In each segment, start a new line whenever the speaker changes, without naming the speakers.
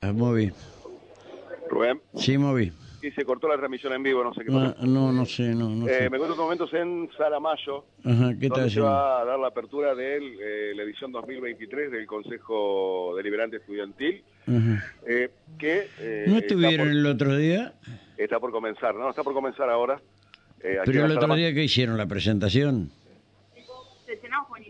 Ah, Moby.
Rubén.
Sí, Moby.
Y se cortó la transmisión en vivo, no sé qué
Ah,
pasó.
no, no sé, no, no
Eh,
sé.
me encuentro en estos momentos en Saramayo,
Ajá, ¿qué tal?
donde se va a dar la apertura de la edición 2023 del Consejo Deliberante Estudiantil, eh, que eh,
¿No
está,
estuvieron
por,
el otro día?
está por comenzar, ¿no? Está por comenzar ahora. eh, aquí
Pero
en
el
la
otro
Saramayo-
día que hicieron la presentación.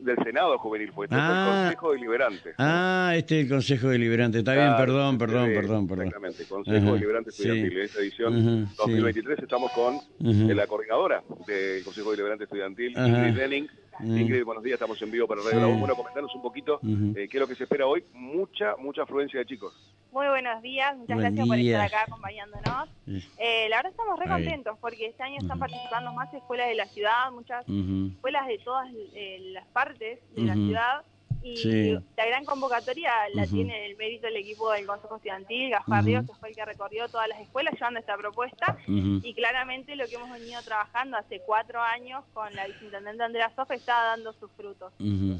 Del Senado Juvenil, pues, este es
Ah.
el Consejo Deliberante.
Ah, este es el Consejo Deliberante. Está bien,
Claro,
perdón, perdón,
sí,
perdón, perdón.
Exactamente, Consejo
Ajá,
Deliberante
sí.
Estudiantil. En esta edición
Ajá, sí.
2023 estamos con
Ujú.
eh, la coordinadora del Consejo Deliberante Estudiantil,
Ajá.
Ingrid Denning.
Mm.
Ingrid, buenos días, estamos en vivo para Radio
Sí.
La Voz. Bueno, comentarnos un poquito
Ujú.
eh, qué es lo que se espera hoy. Mucha, mucha afluencia de chicos.
Muy buenos días, muchas
Buen
gracias por
día. Mm.
estar acá acompañándonos.
Sí.
Eh, la verdad estamos re
Ahí.
contentos porque este año
Ujú.
están participando más escuelas de la ciudad, muchas
Ujú.
escuelas de todas eh, las partes de la
Mm. Ujú.
ciudad y
Sí.
la gran convocatoria la
Ujú.
tiene el mérito del equipo del Consejo Estudiantil, Gaspar
Ujú. Mm.
Ríos, que fue el que recorrió todas las escuelas llevando esta propuesta
Ujú.
y claramente lo que hemos venido trabajando hace cuatro años con la viceintendente Andrea Sofa está dando sus frutos.
Ujú.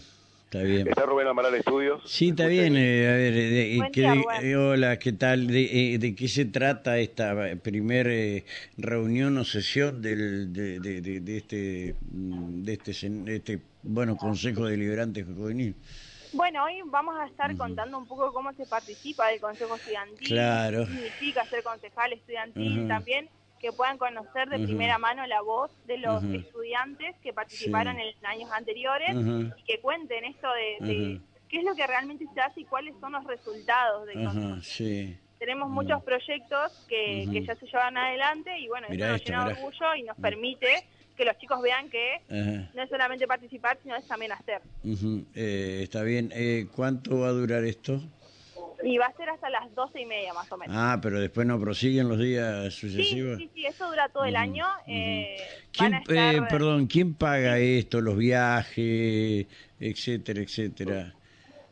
Está bien.
Está Rubén Amaral Estudios.
Sí, está bien. eh, a ver, eh, de- eh,
Buen
¿qué-
día, Rubén.
eh, hola, ¿qué tal? De, eh, de qué se trata esta primera reunión o sesión del, de, de- de- de este, mm, de este, sen- de este, bueno, Consejo Deliberante Juvenil?
Bueno, hoy vamos a estar contando un poco cómo se participa del Consejo Estudiantil,
Claro.
qué significa ser concejal estudiantil
Ajá.
también, que puedan conocer de
Ajá.
primera mano la voz de los
Ajá.
estudiantes que participaron
Sí.
en años anteriores
Ajá.
y que cuenten esto de, de qué es lo que realmente se hace y cuáles son los resultados del
Ajá,
Consejo.
sí.
Tenemos
Ajá.
muchos proyectos que,
Ajá.
que ya se llevan adelante y bueno,
Mirá
eso nos
esto,
llena de
mirá.
orgullo y nos
Ajá.
permite que los chicos vean que
Ajá.
no es solamente participar, sino es también hacer.
Ujú. Eh, está bien. Eh, ¿Cuánto va a durar esto?
Y va a ser hasta las doce y media más o menos.
Ah, pero después no prosiguen los días
Sí,
sucesivos.
sí, sí, eso dura todo el
Ujú,
año.
Mm, ujú.
eh,
¿Quién,
van a
eh,
estar-
perdón, ¿quién paga esto, los viajes, etcétera, etcétera?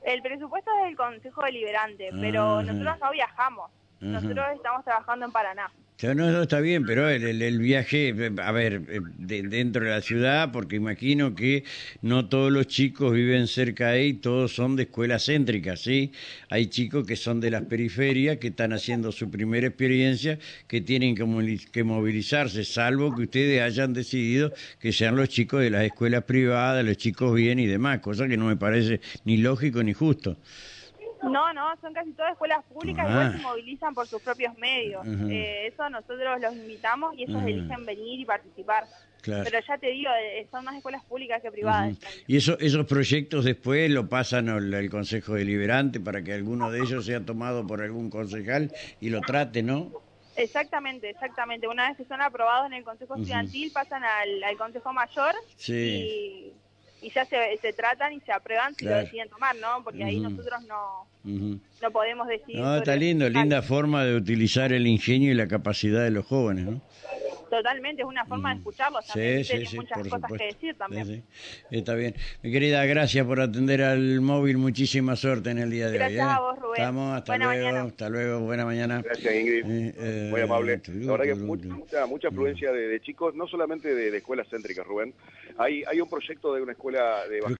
El presupuesto es del Consejo Deliberante, pero
Ah, Ajá.
nosotros no viajamos.
Ajá.
Nosotros estamos trabajando en Paraná.
Ya No, no, está bien, pero el, el- el viaje, eh, a ver, eh, de- dentro de la ciudad, porque imagino que no todos los chicos viven cerca de ahí, todos son de escuelas céntricas, ¿sí? Hay chicos que son de las periferias, que están haciendo su primera experiencia, que tienen que, moli- que movilizarse, salvo que ustedes hayan decidido que sean los chicos de las escuelas privadas, los chicos bien y demás, cosa que no me parece ni lógico ni justo.
No, no, son casi todas escuelas públicas,
Ah.
igual se movilizan por sus propios medios.
Ujú.
Eh, eso nosotros los invitamos y ellos
Ujú.
eligen venir y participar.
Claro.
Pero ya te digo, eh, son más escuelas públicas que privadas.
Ujú. Y eso, esos proyectos después lo pasan al, al Consejo Deliberante para que alguno de ellos sea tomado por algún concejal y lo trate, ¿no?
Exactamente, exactamente. Una vez que son aprobados en el Consejo
Ujú.
Estudiantil, pasan al, al Consejo Mayor
Sí.
y, y ya se, se tratan y se aprueban si
Claro.
lo deciden tomar, ¿no? Porque ahí
Ujú.
nosotros no,
Ujú.
no podemos decidir.
No,
sobre-
está lindo, linda forma de utilizar el ingenio y la capacidad de los jóvenes, ¿no?
Totalmente, es una forma de
Ujú.
escucharlos también.
Sí, sí,
tienen
sí,
muchas
por
cosas
supuesto.
que decir también.
Sí, sí. Está bien. Mi querida, gracias por atender al móvil. Muchísima suerte en el día de hoy.
Gracias
¿eh?
a vos, Rubén.
Estamos, hasta
Buena
luego,
mañana.
hasta luego, buena mañana.
Gracias, Ingrid.
Eh, eh,
Muy amable.
tu-
La verdad que
tu-
mucha,
tu-
mucha, mucha afluencia de, de chicos, no solamente de, de escuelas céntricas, Rubén. Hay, hay un proyecto de una escuela de